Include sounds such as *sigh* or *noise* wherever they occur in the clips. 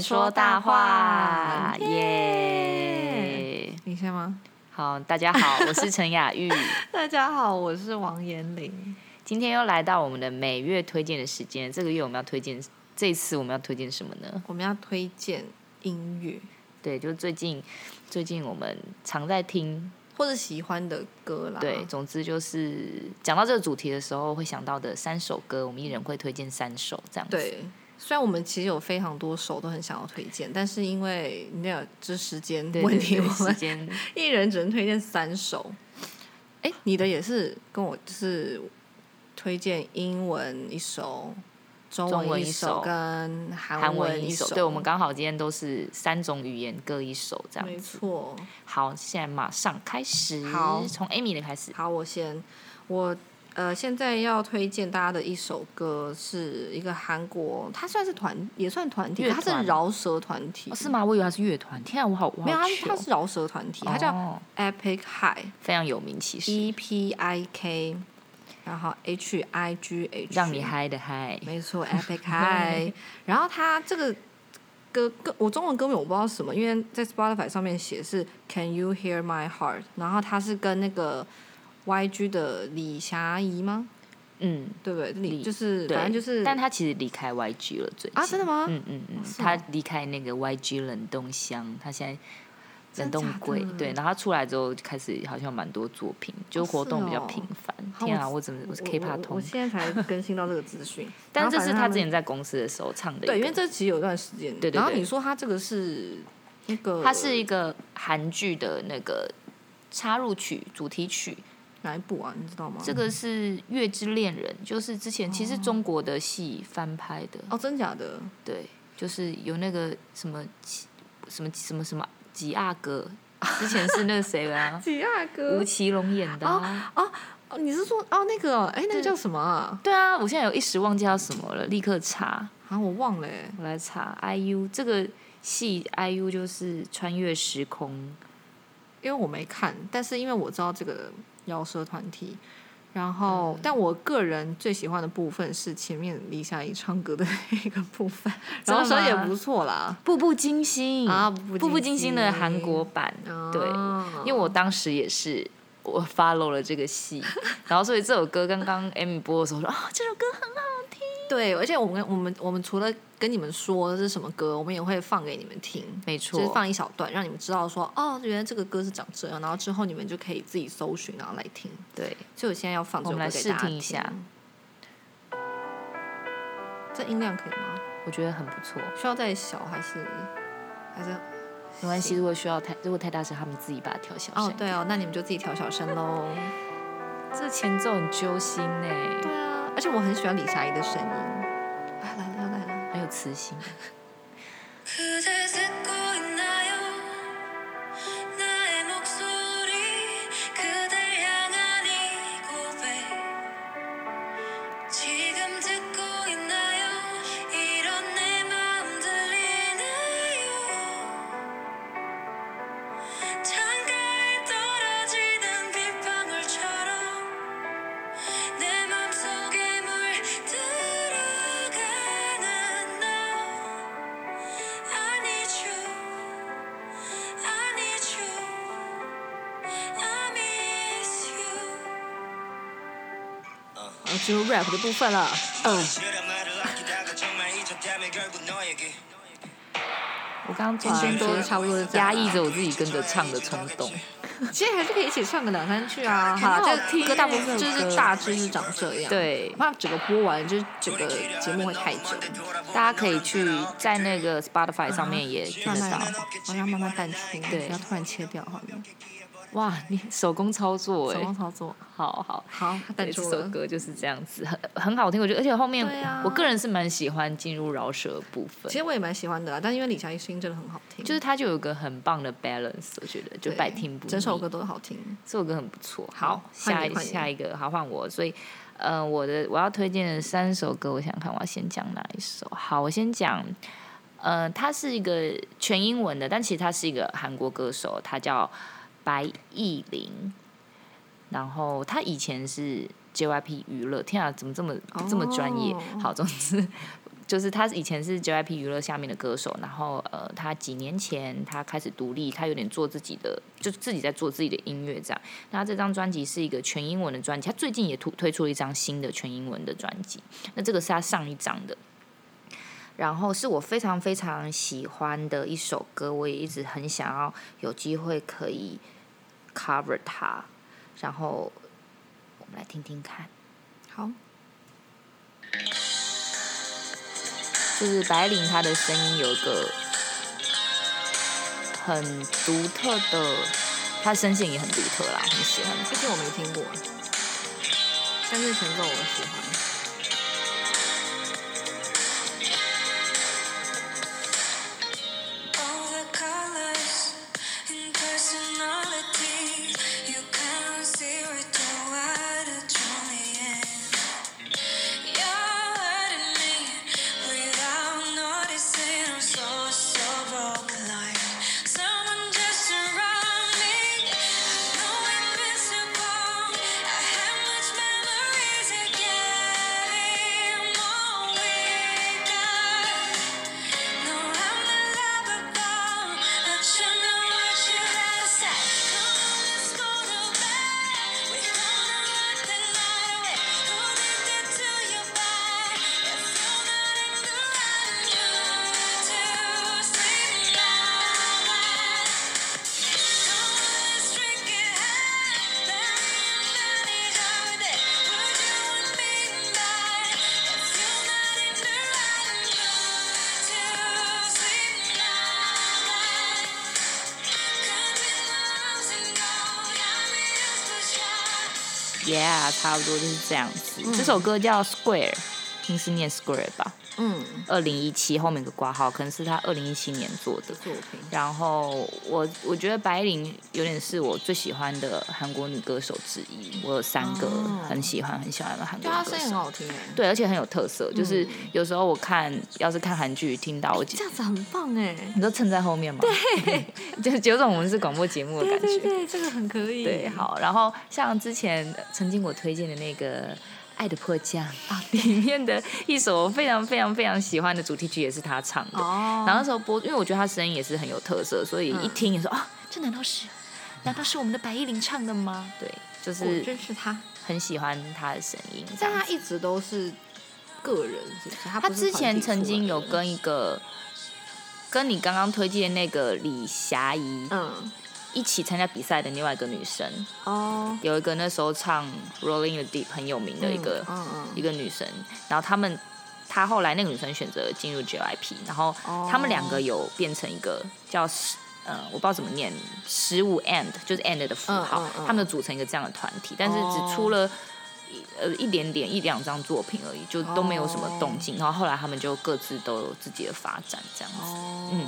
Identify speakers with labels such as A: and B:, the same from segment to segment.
A: 说大话，
B: 耶
A: 耶！
B: 你先吗？
A: 好，大家好， *laughs* 我是陈雅玉，
B: 大家好，我是王彦霖。
A: 今天又来到我们的每月推荐的时间。这个月我们要推荐，这一次我们要推荐什么呢？
B: 我们要推荐音乐
A: 对，就是最近最近我们常在听，
B: 或者喜欢的歌啦。
A: 对，总之就是讲到这个主题的时候会想到的三首歌，我们一人会推荐三首这样子。
B: 对，虽然我们其实有非常多首都很想要推荐，但是因为你知道这时间
A: 对
B: 问
A: 对
B: 题，
A: 对
B: 我
A: 时
B: 们 *laughs*
A: 间
B: 一人只能推荐三首。哎、你的也是跟我就是推荐英文一首。中
A: 中文
B: 一
A: 一
B: 首
A: 首
B: 跟
A: 韩
B: 韩
A: 文
B: 一
A: 一首，对我们刚好今天都是三种语言各一首这样
B: 没
A: 子。
B: 错，
A: 好，现在马上开始。
B: 好
A: 从 Amy 的开始。
B: 好，我先，我呃，现在要推荐大家的一首歌是一个韩国，它算是团，也算团体，
A: 乐
B: 它是
A: 团
B: 饶舌团体，
A: 哦是？吗？我以为他是乐团。天啊，我好，我好
B: 没有，它是
A: 糗
B: 它是饶舌团体，它叫
A: 哦
B: Epic High
A: 非常有名，其实
B: E P I K，然后 H I G H，
A: 让你嗨的嗨。
B: 没
A: *laughs*
B: 错，Epic High。然后它这个歌歌，我中文歌名我不知道是什么，因为在 Spotify 上面写是 Can You Hear My Heart，然后它是跟那个 YG 的李霞怡吗？
A: 嗯，
B: 对不对？李
A: 李
B: 就是
A: 对，
B: 反正就是
A: 但他其实离开 YG 了，最近
B: 啊，真的吗？
A: 嗯嗯嗯，
B: 是哦
A: 他离开那个 YG 冷冻箱，他现在冷冻柜
B: 真假的
A: 对，然后他出来之后就开始好像蛮多作品，就活动比较
B: 哦
A: 频繁。
B: 好
A: 天
B: 我
A: 啊，我怎么我是
B: 我
A: K-pop
B: 我我
A: 通？，
B: 现在才更新到这个资讯
A: *laughs* 但这
B: 然后反
A: 是
B: 正
A: 他
B: 他
A: 之
B: 们
A: 前在公司的时候唱的一个，
B: 对，因为这其实有一段时间。
A: 对对对
B: 然后你说他这个是那个，
A: 它是一个韩剧的那个插入曲、主题曲，
B: 哪一部啊？你知道吗？
A: 这个是《月之恋人》，就是之前其实中国的戏翻拍的，
B: 哦，真假的？，
A: 对，就是有那个什么几什么什么什么几阿哥，之前是那个谁
B: *laughs*
A: 啊
B: 几亚
A: 吴
B: 哥？
A: 奇隆演的、啊。
B: 哦，你是说哦那个哦哎那个叫什么啊？
A: 对啊，我现在有一时忘记叫什么了，立刻查，
B: 啊我忘了哎。
A: 我来查 IU 这个戏，IU 就是穿越时空，
B: 因为我没看，但是因为我知道这个饶舌团体，然
A: 嗯
B: 后、但我个人最喜欢的部分是前面李夏怡唱歌的 *laughs* 那个部分，
A: 真的
B: 饶
A: 吗
B: 舌也不错啦。
A: 《步步惊心》
B: 啊
A: 步
B: 步步惊心哦啊
A: 步惊心》的韩国版，对，因为
B: 为
A: 我当时也是我 follow 了这个戏，然后所以这首歌刚刚 Amy 播的时候说啊，这首歌很好，
B: 对，而且我们我们我们除了跟你们说是什么歌，我们也会放给你们听，
A: 没
B: 就是
A: 错，
B: 放一小段，让你们知道说哦，原来这个歌是长这样，然后之后你们就可以自己搜寻，然后来听。
A: 对，
B: 所以我现在要放这首
A: 我
B: 歌
A: 们来
B: 给大家
A: 试听一下
B: 听这音量可以吗？
A: 我觉得很不错。
B: 需要再小还是还是
A: 没关系，如果需要太如果太大声，他们自己把它调小声。
B: 哦，对，哦，那你们就自己调小声喽。
A: 这前奏很揪心欸呢，
B: 对啊，而且我很喜欢李霞怡的声音。啊，来了要来了，
A: 很有磁性。
C: 그대 듣고 있나요 나의 목소리 그댈 향한 이 고백 지금 듣고 있나요 이런 내 마음 들리나요 창가에 떨어지는 빗방울처럼 내 맘속에 물들어가는 너 I need you, I need you, I miss you.
B: 啊进入 rap 的部分了。嗯，
D: 드라마를 아끼다가 정말 잊었다면 결국 너에게
A: 我刚刚
B: 今
A: 中间
B: 天
A: 都
B: 都差不多是这样
A: 压抑着我自己跟着唱的冲动。
B: 其实还是可以一起唱个两三句 *laughs* 啊。好啦，
A: 很好
B: 这个歌大部分就
A: 听耶
B: 是大致是长这样。，
A: *laughs* 对
B: 我，怕整个播完就是整个节目会太久。
A: 大家可以去在那个 Spotify 上面也听
B: 慢
A: 得
B: 嗯慢
A: 到。
B: 来，我让慢慢淡出，
A: 对
B: 不要突然切掉，好了。
A: 哇，你手工操作
B: 手
A: 哎
B: 工，操作，
A: 好好。
B: 好，它
A: 对
B: 淡出
A: 这首
B: 了。
A: 歌就是这样子，很很好听。我觉得，而且后面、
B: 对啊
A: 我个人是蛮喜欢进入饶舌的部分
B: 其，实我也蛮喜欢的啦，但因为李霞怡声音真的很好听，
A: 就是它就有一个很棒的 balance，我觉得就
B: 对
A: 百听不腻。
B: 整首歌，都好听。
A: 这首歌很不错。
B: 好
A: 好，
B: 换
A: 下
B: 你
A: 一
B: 换你
A: 下一个，好换我。所以，呃，我的我要推荐的三首歌，我想看我要先讲哪一首。好，我先讲，呃，它是一个全英文的，但其实它是一个韩国歌手，他叫白艺林，然后他以前是 JYP 娱乐，天啊，怎么这么、
B: 哦
A: 这么专业？好，总之就是他以前是 JYP 娱乐下面的歌手，然后呃，他几年前他开始独立，他有点做自己的，就是自己在做自己的音乐这样。那这张专辑是一个全英文的专辑，他最近也推推出了一张新的全英文的专辑，那这个是他上一张的。然后是我非常非常喜欢的一首歌，我也一直很想要有机会可以 cover 它，然后我们来听听看。
B: 好，
A: 就是白领她的声音有一个很独特的，她声线也很独特啦，很喜欢。
B: 这些我没听过，但是前奏我喜欢。
C: All the colors and personality, you can see right through what a truly is. You're hurting me without noticing. I'm so so broken. Like someone just around me. No invincible. I have much memories are getting more weaker. No, I'm the lover ball, but you know what you have said. Come on, let's go to bed. We gonna let the night away. Hold it to your body. If you're not in the right mood to sleep now.
A: Yeah，差不多就是这样子。这首歌叫 Square，平时念 Square 吧。
B: 嗯，
A: 二零一七后面有个挂号，可能是他二零一七年做的。
B: 作品
A: 然后我我觉得白领有点是我最喜欢的韩国女歌手之一，我有三个
B: 哦
A: 很喜欢很喜欢的韩
B: 对
A: 国
B: 啊，
A: 女
B: 声
A: 歌
B: 音很
A: 手。
B: 好听哎，
A: 对，而且很有特色。就是有时候我看，要是看韩剧，听到我
B: 嗯这样子很棒哎，
A: 你都蹭在后面吗？对， *laughs* 就有种我们是广播节目的感
B: 对对
A: 觉。
B: 对，这个很可以。
A: 对，好，然后像之前呃曾经我推荐的那个《爱的迫降》啊，
B: *laughs*
A: 里面的一首我非常非常非常喜欢的主题曲也是他唱的。
B: 哦，
A: 然后那时候播，因为我觉得他声音也是很有特色，所以一
B: 嗯
A: 听也说啊，这难道是难道是我们的白依林唱的吗？对，就
B: 我
A: 是
B: 认识他，
A: 很喜欢他的声音。这
B: 但
A: 样
B: 他
A: 子
B: 一直都是个人，是不是？他
A: 他
B: 不是
A: 之前
B: 团
A: 曾
B: 体出来
A: 经有
B: 的
A: 跟一个跟你刚刚推荐的那个李霞怡
B: 嗯
A: 一起参加比赛的另外一个女生，
B: 哦
A: 有一个那时候唱《Rolling in the Deep》很有名的一个、
B: 嗯嗯
A: 一个女生，然后他们她后来那个女生选择进入 JYP，然后
B: 哦
A: 他们两个有变成一个叫十呃我不知道怎么念十五 and 就是 and 的符号，
B: 嗯嗯嗯
A: 他们组成一个这样的团体，但是
B: 哦
A: 只出了。一呃，一点点一两张作品而已，就都没有什么动静。然后后来他们就各自都有自己的发展，这样子。
B: 哦
A: 嗯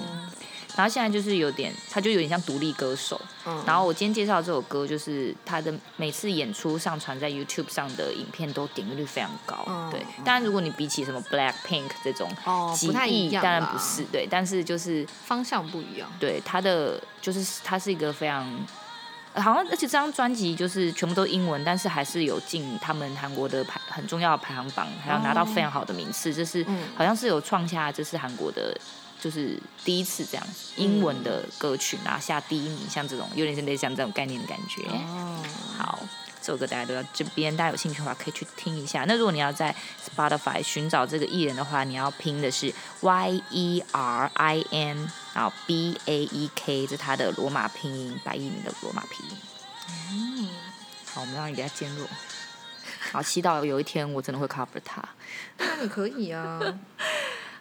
A: 然后现在就是有点，他就有点像独立歌手。
B: 嗯
A: 然后我今天介绍的这首歌，就是他的每次演出上传在 YouTube 上的影片都点击率非常高。
B: 嗯
A: 对
B: 嗯，
A: 当然如果你比起什么 Black Pink 这种
B: 哦
A: 几
B: 不太
A: 亿，
B: 一样
A: 当
B: 啦，
A: 然不是对，但是就是
B: 方向不一样。
A: 对他的就是他是一个非常。呃好像，而且这张专辑就是全部都英文，但是还是有进他们韩国的排很重要的排行榜，还有拿到非常好的名次，这是、
B: 嗯
A: 好像是有创下这是韩国的，就是第一次这样英文
B: 嗯
A: 的歌曲拿下第一名，像这种有点类似像这种概念的感觉。
B: 哦，
A: 好，这首歌大家都要这边，大家有兴趣的话可以去听一下。那如果你要在 Spotify 寻找这个艺人的话，你要拼的是 Y E R I N，然后 B A E K，这是他的罗马拼音，白一鸣的罗马拼音。嗯好，我们让人家渐弱。好，祈祷有一天我真的会 cover 他。
B: 那你可以啊，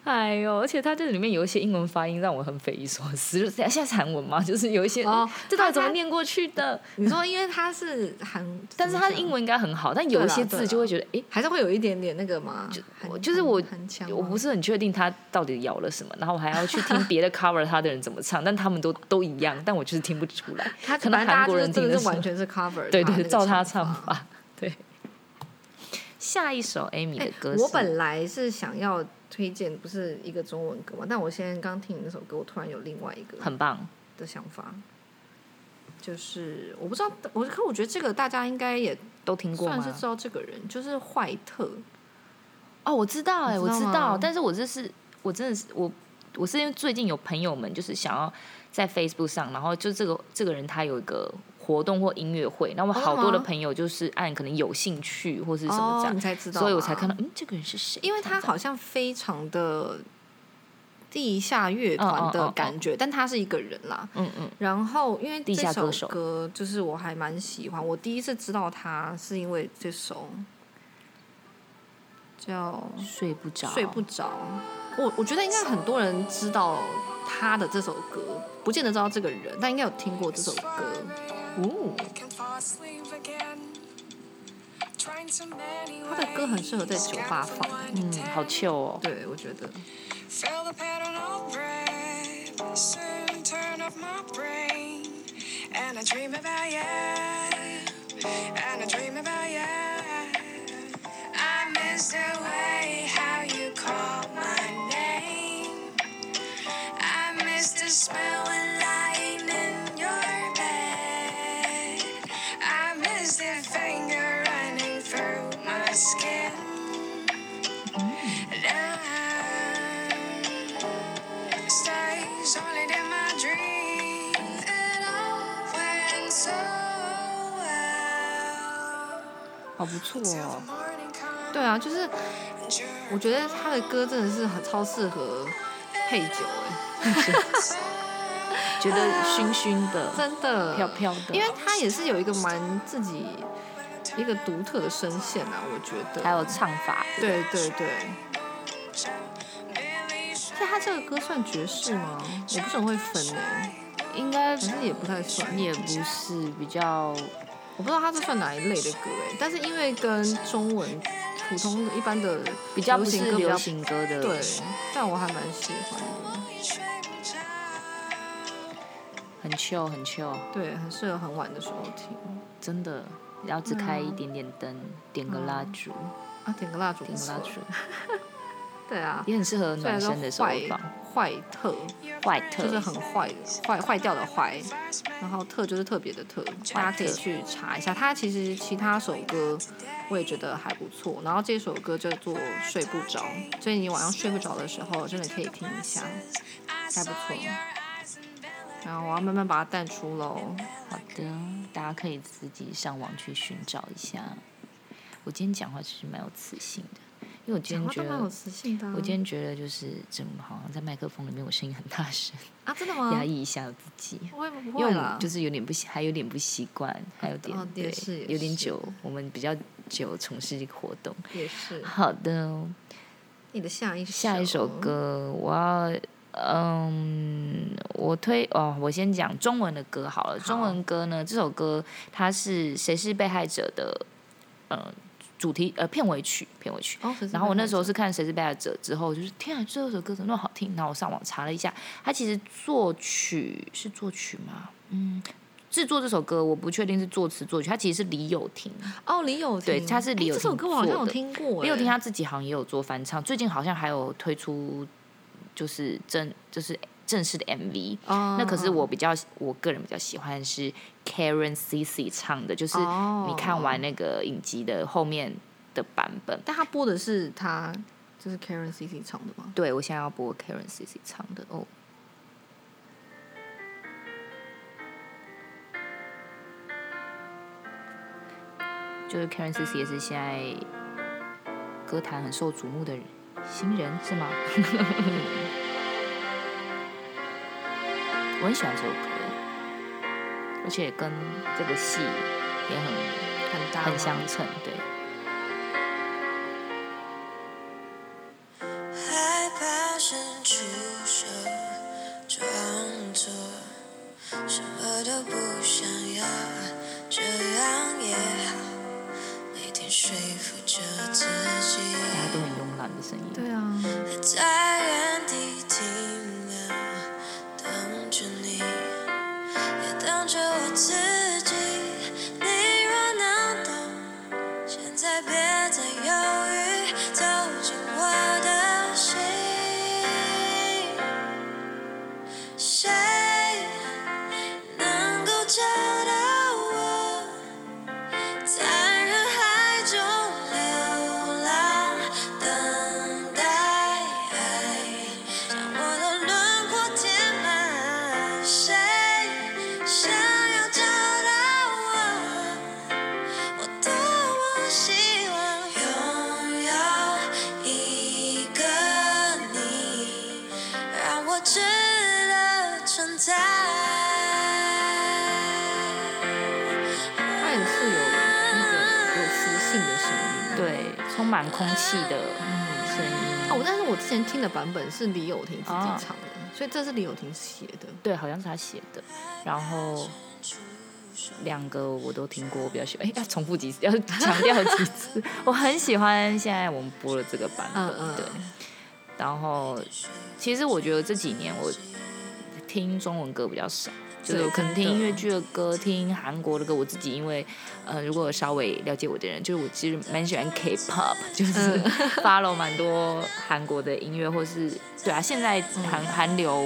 A: 哎呦，而且他这里面有一些英文发音让我很匪夷所思。就是现在是韩文吗？ *laughs* 就是有一些，
B: 哦
A: 这到底怎么
B: 他
A: 念过去的？
B: 你说因为他是韩，
A: 但是他的英文应该很好，但有一些
B: 对啦对
A: 字
B: 啦
A: 就会觉得，哎、
B: 还是会有一点点那个嘛，
A: 我
B: 韩
A: 就是我
B: 韩腔，吗，
A: 我不是很确定他到底咬了什么，然后我还要去听 *laughs* 别的 cover 他的人怎么唱，但他们都都一样，但我就是听不出 *laughs* 来。
B: 他
A: 可
B: 可
A: 能
B: 能
A: 韩
B: 大家
A: 国
B: 就
A: 人
B: 是
A: 听
B: 真
A: 得
B: 的
A: 出
B: 是
A: 来
B: 完全
A: *laughs*
B: 是 cover，
A: 对
B: 他那
A: 对，
B: 个
A: 照他啊唱
B: 唱法。哎
A: 法。 *laughs* 对，下一首 Amy 的歌是，
B: 我本来是想要推荐不是一个中文歌嘛，但我现在刚听你那首歌，我突然有另外一个
A: 很棒，
B: 的想法，就是我不知道，我可我觉得这个大家应该也
A: 都听过
B: 算
A: 吗
B: 是？知道这个人，就是坏特，
A: 哦，我知道哎、
B: 你
A: 我
B: 知道
A: 知
B: 吗
A: 道，但是我这是我真的是我我是因为最近有朋友们就是想要在 Facebook 上，然后就这个这个人他有一个活动或音乐会，那我
B: 真的
A: 好多的
B: 吗
A: 朋友就是按可能有兴趣或是什么
B: 哦
A: 这，
B: 你
A: 样，
B: 才知道，
A: 所以我才看到，嗯这个人是谁，
B: 因为他好像非常的地下乐团的感觉，但他是一个人啦。
A: 嗯嗯
B: 然后因为
A: 地下
B: 这
A: 歌
B: 首
A: 手
B: 歌就是我还蛮喜欢，我第一次知道他是因为这首叫
A: 睡不着，
B: 《睡不着》，我我觉得应该很多人知道他的这首歌，不见得知道这个人，但应该有听过这首歌。
A: 哦，
B: 他的歌很适合在酒吧放，
A: 嗯，好 chill 哦，
B: 对我觉得
C: Feel the pattern of breath, soon turn off my brain. And I dream about you, and I dream about you. I miss the way how you call my name. I miss the smell of lying in your bed. I miss the finger running through my skin. Stays only in my dream. It all went so well.
A: 好不错
C: Till the
A: 哦，
C: morning
B: 对
C: comes
B: 啊，就是
C: and you're
B: 我觉得他的歌真的是很超适合配酒哎、
A: 觉得熏熏的，
B: 啊真的
A: 飘飘的
B: 因为他也是有一个蛮自己一个独特的声线啊，我觉得。
A: 还有唱法，
B: 对对对，
C: Billy's
B: 但他这个歌算爵士吗？我不是很会分哎、
A: 应该
B: 反正也不太算。
A: 也不是比较
B: 我不知道他这算哪一类的歌
A: 欸
B: 哎，但是因为跟中文普通一般的
A: 比较不
B: 流
A: 是
B: 歌比
A: 流
B: 较
A: 行歌的，
B: 对，但我还蛮喜欢的，
A: 很 chill 很 chill。
B: 对，很适合很晚的时候听。
A: 真的，然后只开一点点灯，点个蜡烛，
B: 啊，点个蜡烛，
A: 点个蜡烛，
B: 对啊，
A: 也很适合
B: 虽然
A: 暖
B: 说
A: 身的时候
B: 坏
A: 放。
B: 坏特，
A: 坏
B: 就
A: 特
B: 是很坏的坏坏掉的坏，然后特就是特别的特，大家可以去查一下。他其实其他首歌我也觉得还不错，然后这首歌叫做《睡不着》，所以你晚上睡不着的时候真的可以听一下，还不错。然后我要慢慢把它淡出喽。
A: 好的，啊大家可以自己上网去寻找一下。我今天讲话其实蛮有磁性的，因为我今天觉
B: 讲话都蛮有
A: 得，
B: 磁性的啊、
A: 我今天觉得就是怎么好像在麦克风里面我声音很大声，
B: 啊，真的吗？
A: 压抑一下我自己。
B: 不会不
A: 因
B: 会
A: 为我
B: 啦
A: 们，就是有点不习，还有点不习惯，还有点、
B: 哦也
A: 对
B: 是也
A: 有点
B: 是
A: 久，我们比较久从事这个活动。
B: 也是。
A: 好的，
B: 你的下一首
A: 啊下一首，歌，我要嗯，我推哦，我先讲中文的歌好了。中文歌呢，这首歌它是《谁是被害者》的呃主题呃片尾曲，片尾曲。
B: 哦、
A: 然后我那时
B: 候
A: 候是看《谁是被害者》之后，就是天啊，这首歌怎么那么好听？然后我上网查了一下，它其实作曲是作曲吗？嗯，制作这首歌我不确定是作词作曲，它其实是李友廷。
B: 哦李友廷，
A: 对他是李
B: 哎
A: 友
B: 这首
A: 廷
B: 歌我好
A: 做
B: 像有
A: 的
B: 听过、
A: 李友廷
B: 哎
A: 他自己好像也有做翻唱，最近好像还有推出就是正就是正式的 MV。
B: 哦
A: 那可是我比较我个人比较喜欢是 Karen Cici 唱的，就是
B: 哦
A: 你看完那个影集的后面的版本。
B: 但他播的是他就是 Karen C C 唱的吗？
A: 对，我现在要播 Karen Cici 唱的哦。就是 Karen Cici 也是现在歌坛很受瞩目的新人是吗？ *laughs* 我很喜欢这首歌，而且跟这个戏也很
B: 很大
A: 很
B: 吗
A: 相称，对。
C: 害怕伸出手，装作什么都不想要，这样也好，每天说服着自己，
A: 大家都很慵懒的声音，
B: 对啊，
C: 在原地停留，等着你，也等着我自己。你若能懂，现在别再犹豫，走进我的心。谁能够找到我，在人海中流浪的
A: 满空气的嗯声音。
B: 哦，但是我之前听的版本是李友廷自己
A: 哦
B: 唱的，所以这是李友廷写的。
A: 对，好像是他写的。然后两个我都听过，我比较喜欢。哎，要重复几次，要强调几次。 *laughs* 我很喜欢现在我们播的这个版本，
B: 嗯嗯
A: 对。然后其实我觉得这几年我听中文歌比较少。就是
B: 对
A: 可能
B: 真
A: 听
B: 的
A: 音乐剧的歌，听韩国的歌。我自己因为，呃，如果稍微了解我的人，就是我其实蛮喜欢 K-pop，就是
B: 嗯
A: *laughs* follow 蛮多韩国的音乐，或是对啊，现在
B: 嗯
A: 韩韩流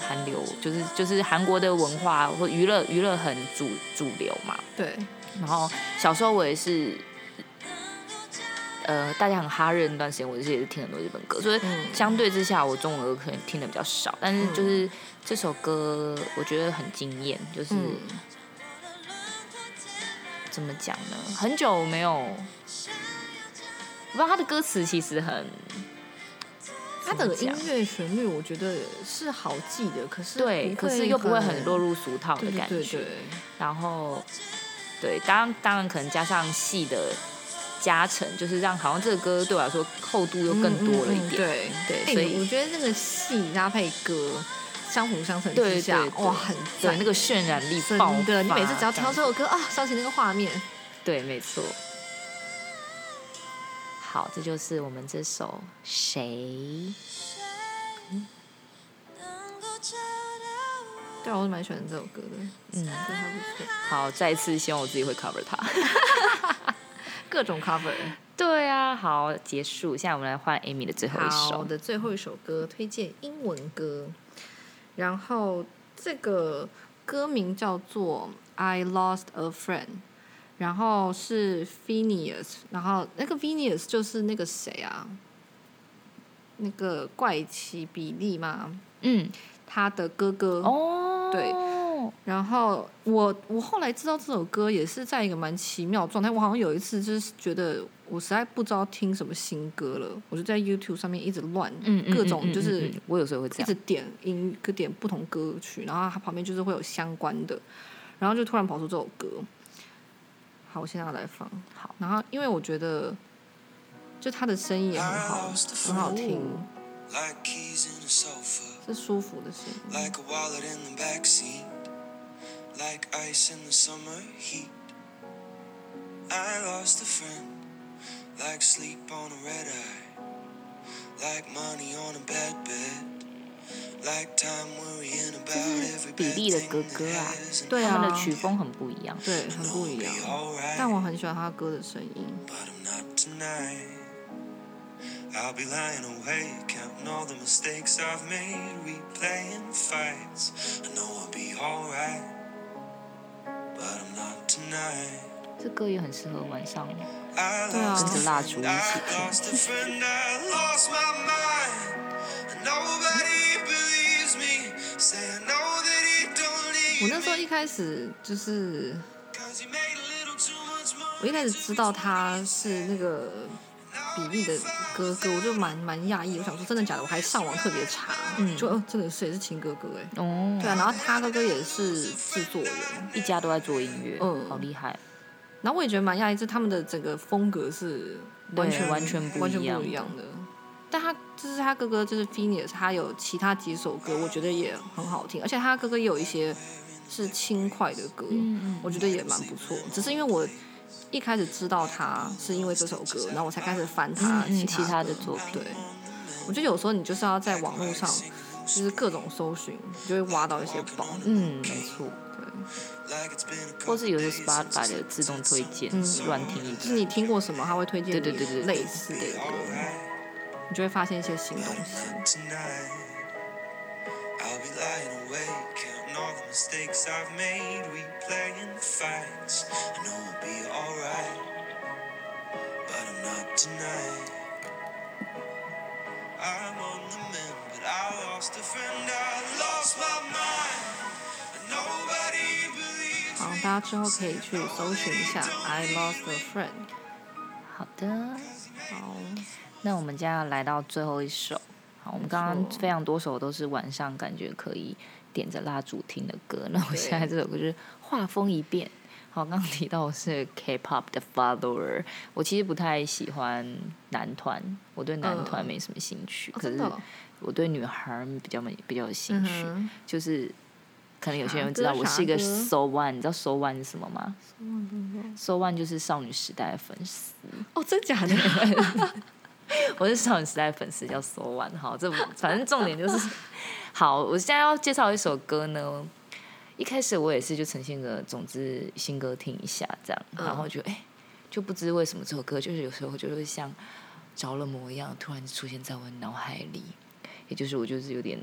A: 韩流就是就是韩国的文化或娱乐娱乐很主主流嘛。
B: 对，
A: 然后小时候我也是，呃，大家很哈日那段时间，我就是也是听很多日本歌，所以
B: 嗯
A: 相对之下，我中文歌可能听的比较少，但是就是这首歌我觉得很惊艳，就是、
B: 嗯，
A: 怎么讲呢？很久没有，我不知道他的歌词其实很
B: 他的
A: 怎
B: 音
A: 么讲
B: 乐旋律我觉觉得是好记的，可是
A: 对，可是又不会很落入俗套的
B: 对
A: 感
B: 对
A: 觉。
B: 对对，
A: 然后，对，当然当然可能加上戏的加成，就是让好像这个歌对我来说厚度又更多了一
B: 嗯
A: 点。
B: 嗯嗯对
A: 对所以
B: 哎我觉得那个戏搭配歌相辅相成
A: 对
B: 之下
A: 对，对
B: 哇，很
A: 对
B: 赞
A: 那个渲染力
B: 真
A: 爆
B: 的，你
A: 发
B: 每次只要挑
A: 这
B: 这
A: 样
B: 首歌啊，想起那个画面，
A: 对，没错。好，这就是我们这首《谁》。
B: 对啊，我是蛮喜欢这首歌的，觉
A: 嗯，
B: 得还不错，
A: 好，再次希望我自己会 cover 它。
B: 各种 cover。
A: 对啊，好，结束。现在我们来换 Amy 的最后一
B: 好
A: 首。
B: 的，最后一首歌推荐英文歌，然后这个歌名叫做《I Lost a Friend》，然后是 Phineas，然后那个 Phineas 就是那个谁啊，那个怪奇比利嘛，
A: 嗯，
B: 他的哥哥。
A: 哦，
B: 对然后我我后来知道这首歌也是在一个蛮奇妙的状态，我好像有一次就是觉得我实在不知道听什么新歌了，我就在 YouTube 上面一直乱，
A: 嗯，嗯，
B: 各种
A: 嗯
B: 就
A: 嗯
B: 是
A: 嗯嗯我有时候会这
B: 一
A: 样
B: 直。点音歌点不同歌曲，然后它旁边就是会有相关的，然后就突然跑出这首歌。好，我现在要来放。
A: 好，
B: 然后因为我觉得，就他的声音也很好，很好听，
C: Like keys in a sofa,
B: 是舒服的声音。
C: like a wallet in the backseat, like ice in the summer heat. I lost a friend, like sleep on a red eye, like money on a bad bed, like time worrying about every
A: 比
C: bad
A: 利的
C: thing
A: 哥
C: that
A: 哥啊，
C: has an
B: 对
A: 他
B: 啊
A: 们的，曲风很不一样。
B: 对，很不一样。但我很喜欢他歌的声音。
C: But I'm not tonight. I'll be lying awake, counting all the mistakes I've made, replaying fights. I know I'll be alright, but I'm not tonight.
A: 这歌也很适合晚上。
C: I
B: 对啊。
C: lost a
A: 跟着蜡烛
C: friend, I
A: 一起去。
C: lost a friend, I lost my mind. And Nobody believes me. Say I know that he don't
B: 我
C: need
B: 那
C: me.
B: 时候一开始就是，
C: Cause you made a little too much
B: 我一
C: money.
B: 开始知道他是那个比利的哥哥，我就蛮蛮讶异，我想说真的假的，我还上网特别查，嗯，就、呃、真的是也是亲哥哥哎，
A: 哦，
B: 对啊，然后他哥哥也是制作人，
A: 一家都在做音乐，
B: 嗯
A: 好厉害。
B: 然后我也觉得蛮讶异，是他们的整个风格是完全
A: 对完全不一样
B: 完全不一样的。但他就是他哥哥，就是 Phineas，他有其他几首歌，我觉得也很好听，而且他哥哥也有一些是轻快的歌，
A: 嗯
B: 我觉得也蛮不错。只是因为我一开始知道他是因为这首歌，然后我才开始翻他
A: 嗯嗯
B: 其
A: 其他
B: 的
A: 的作品
B: 对，我觉得有时候你就是要在网络上，就是各种搜寻，你就会挖到一些宝。
A: 嗯，没错。
C: Like it's been a couple
A: 或是有些 Spotify 的自动推荐，
C: Mm.
A: 乱听一
B: 就是
A: 听。
B: 你听过什么，他会推荐
A: 对对对对
B: 你类似的歌，你就会发现一些新东西。
C: Not tonight. I'll be lying awake, counting all the mistakes I've made, replaying fights. I know we'll be alright, but I'm not tonight. I'm on the mend, but I lost a friend, I lost my mind. and Nobody believes
B: 好，大家之后可以去搜寻一下《I Lost a Friend
A: 好的，》。
B: 好，
A: 哦那我们接下来来到最后一首。好，我们刚
B: 没
A: 刚
B: 错
A: 非常多首都是晚上感觉可以点着蜡烛听的歌，那我
B: 对
A: 现在这首歌就是画风一变。好，刚刚提到我是 K-pop 的 follower，我其实不太喜欢男团，我对男团
B: 嗯
A: 没什么兴趣，
B: 哦
A: 可
B: 真
A: 是
B: 的哦
A: 我对女孩儿比较没比较有兴趣，
B: 嗯哼
A: 就是可能有些人
B: 傻
A: 知道
B: 哥
A: 我是一个
B: 傻哥
A: So One，你知道 So One 是什么吗？So One 就是少女时代的粉丝，
B: 哦，真假
A: *laughs*
B: 的？
A: 嗯我是少女时代粉丝，叫 So One。好，这不反正重点就是，好，我现在要介绍一首歌呢。一开始我也是就呈现个，总之新歌听一下这样，然后就哎、就不知为什么这首歌就是有时候就会像着了魔一样，突然出现在我脑海里。也就是我就是有点，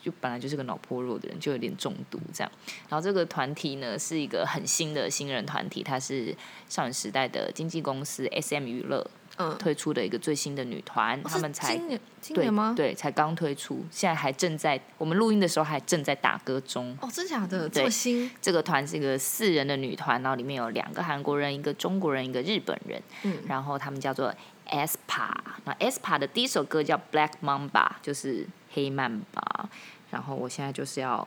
A: 就本来就是个脑破弱的人，就有点中毒这样。然后这个团体呢是一个很新的新人团体，它是少女时代的经纪公司 S M 娱乐
B: 嗯，
A: 推出的一个最新的女团，
B: 哦
A: 他们
B: 是
A: 才
B: 今年今
A: 对
B: 年吗？，
A: 对，才刚推出，现在还正在我们录音的时候还正在打歌中。
B: 哦，真假的？
A: 对
B: 这么新？
A: 这个团是一个四人的女团，然后里面有两个韩国人，一个中国人，一个日本人，
B: 嗯
A: 然后他们叫做 aespa，那 aespa 的第一首歌叫 Black Mamba，就是黑曼巴。然后我现在就是要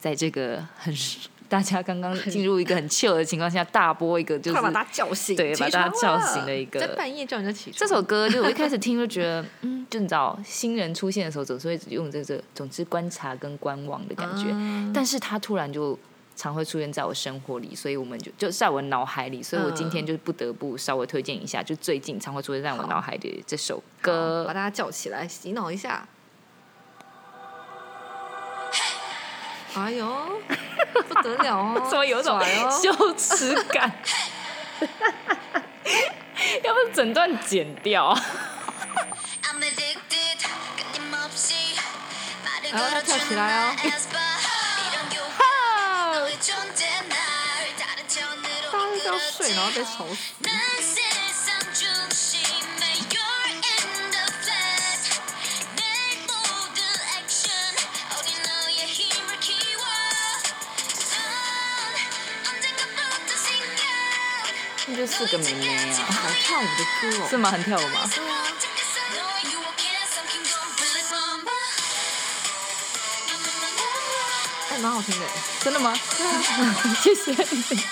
A: 在这个很 *laughs* 大家刚刚进入一个很 chill 的情况下，大播一个就是
B: 快把大家叫醒，
A: 对
B: 起
A: 把大家
B: 床了
A: 叫醒的一个
B: 在半夜叫人家起床。
A: 这首歌就我一开始听就觉得，嗯，就你知道，新人出现的时候总是会用这个，总之观察跟观望的感觉。
B: 啊
A: 但是他突然就常会出现在我生活里，所以我们就就在我脑海里，所以我今天就不得不稍微推荐一下，就最近常会出现在我脑海里的这首
B: 好把
A: 歌。
B: 大家叫起来，洗脑一下。
A: *laughs*
B: 哎呦，不得了哦！
A: *laughs* 怎么有种
B: 拽哦
A: 羞耻感？ *laughs* 要不整段剪掉啊？
C: I'm addicted 끊임없이 말을
B: 아,
C: 걸어주는
B: 펴지나요?
C: 나 에스파 이런 교훈 너의 존재 날 다른 차원으로
B: 大家都要睡，然后再
C: 이끌어줘
B: 吵死。
C: 난 세상 중심에 You're in the flat 내 모든 action 어린 너의 힘을 키워 넌 언젠가부터 생각
A: 他们就四个妹妹啊，
B: 好跳舞的歌
A: 是
B: 哦，
A: 吗？很跳舞吗？
B: 哎，蛮好听的。啊
A: 真的吗？ *laughs* 谢谢你。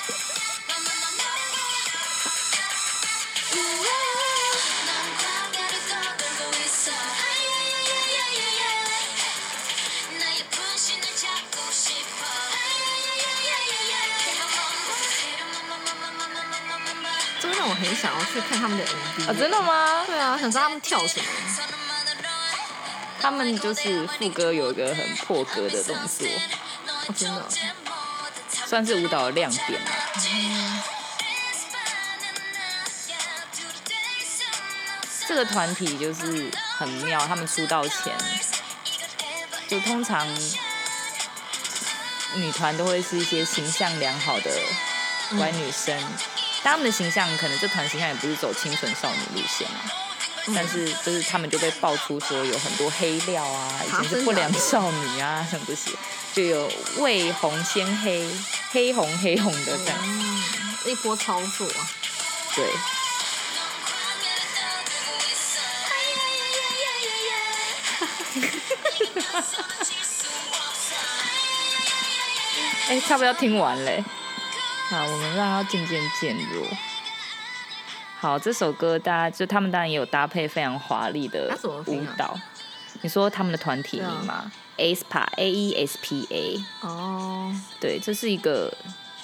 B: 这会让我很想要去看他们的 MV。
A: 啊，真的吗？
B: 对啊，想知道他们跳什么。
A: 他们就是副歌有一个很破格的动作，
B: 哦，真的哦、
A: 算是舞蹈的亮点啊吧。
B: 嗯
A: 这个团体就是很妙，他们出道前就通常女团都会是一些形象良好的乖女生，但他们的形象可能这团形象也不是走清纯少女路线啊。但是就是他们就被爆出说有很多黑料啊，以前是不良少女啊， *laughs* 什么这些，就有为红先黑，黑红黑红的这样。
B: 嗯一波操作啊！
A: 对，哎、差不多要听完嘞。好，我们让它渐渐渐弱。好，这首歌大家就他们当然也有搭配非常华丽的
B: 它怎么拼
A: 舞
B: 啊
A: 蹈。你说他们的团体
B: 对啊
A: 名吗？ASPA A E S P A，
B: 哦，
A: 对，这是一个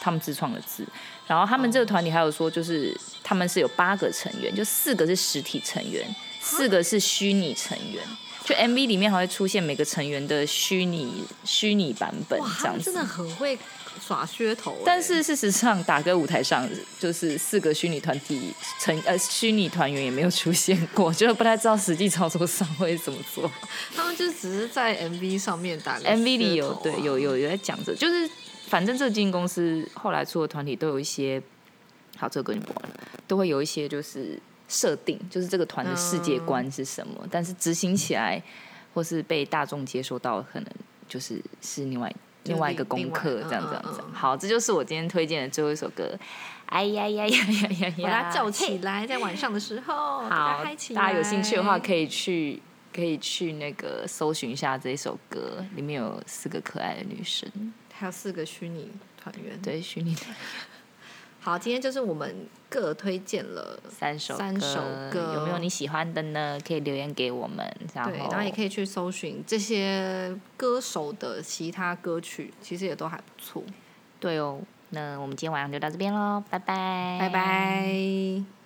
A: 他们自创的字。然后他们这个团体还有说，就是他们是有八个成员，就四个是实体成员，四个是虚拟成员。就 MV 里面还会出现每个成员的虚拟虚拟版本
B: 哇，
A: 这
B: 他
A: 样
B: 们
A: 子
B: 真。的很会耍噱头欸。
A: 但是事实上，打歌舞台上就是四个虚拟团体成呃虚拟团员也没有出现过， *laughs* 就是不太知道实际操作上会怎么做。
B: 他们就只是在 MV 上面打个噱头啊
A: MV 里有对有有有在讲着，就是反正这个经纪公司后来出的团体都有一些，好这个歌你不玩了，都会有一些就是设定，就是这个团的世
B: 嗯
A: 界观是什么，但是执行起来或是被大众接受到，可能就是是另外。
B: 就是
A: 另外一个
B: 另
A: 功
B: 外
A: 课，这样
B: 嗯
A: 这样这
B: 嗯
A: 样。
B: 嗯
A: 好，这就是我今天推荐的最后一首歌。哎呀呀呀呀呀呀！
B: 把大家叫起来，在晚上的时候，大
A: 好
B: 家嗨起，来。
A: 大家有兴趣的话，可以去可以去那个搜寻一下这一首歌，里面有
B: 嗯
A: 四个可爱的女生，
B: 还有四个虚拟团员，，
A: 对，虚拟的。
B: 好，今天就是我们各推荐了
A: 三首
B: 三首歌
A: 有没有你喜欢的呢？可以留言给我们，然后
B: 对，然后也可以去搜寻这些歌手的其他歌曲，其实也都还不错。
A: 对哦。那我们今天晚上就到这边喽，拜拜，
B: 拜拜。